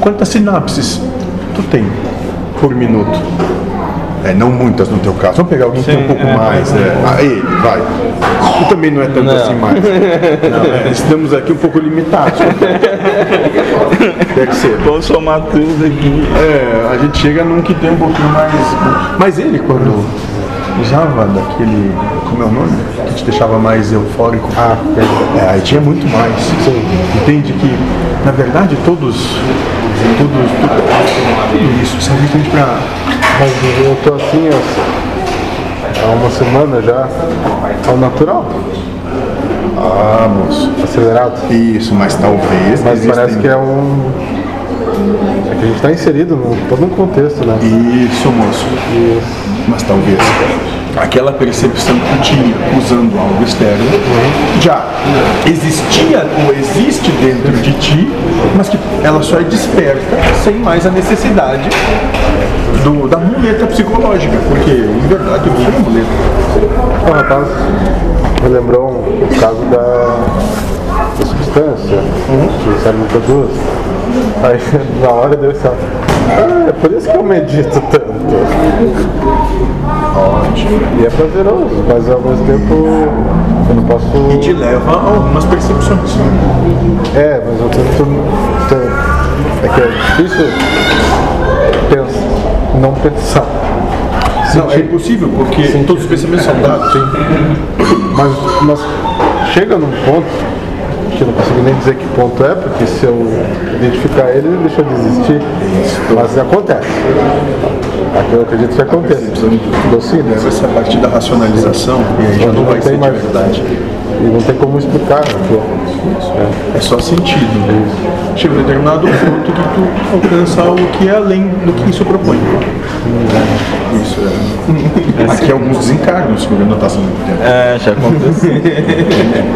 quantas sinapses tu tem por minuto? É, não muitas no teu caso. Vamos pegar alguém que tem um Sim, pouco é. mais. É. Aí, vai. Tu também não é tanto assim mais. Não, é, Estamos aqui um pouco limitados. Deve ser. Vou somar tudo aqui. É, a gente chega num que tem um pouquinho mais. Mas ele, quando usava daquele. Como é o nome? Que te deixava mais eufórico. Ah, é, aí tinha muito mais. Entende que, na verdade, todos. Todos. Tudo, tudo isso serve justamente pra. Mas eu tô assim ó, há uma semana já, ao natural, Ah, moço. acelerado. Isso, mas talvez. Mas existem- parece que é um. É que a gente tá inserido num todo um contexto, né? Isso, moço. Mas talvez aquela percepção que tu tinha usando algo externo já existia ou existe dentro de ti, mas que ela só é desperta sem mais a necessidade do- da muleta psicológica, porque em verdade eu sou um muleta. O rapaz me lembrou um- o caso da, da substância que o cérebro produz. Aí na hora deu esse Ah, é por isso que eu medito tanto. E é prazeroso, mas ao mesmo tempo eu não posso. E te leva a algumas percepções. É, mas eu tento. tento- É que é difícil pens- não pensar. Não, é um impossível, porque todos os pensamentos são dados. Mas, mas chega num ponto, que eu não consigo nem dizer que ponto é, porque se eu identificar ele, ele deixa eu desistir. Mas acontece. Aqui eu acredito que acontece. né? Docina, Essa parte da racionalização, e aí já não vai ser de verdade. E não tem como explicar. né? Porque, É só sentido. Chega um determinado ponto que tu alcança algo que é além do que isso propõe. Isso é. Aqui alguns desencarnos, por anotação do tempo. É, já aconteceu.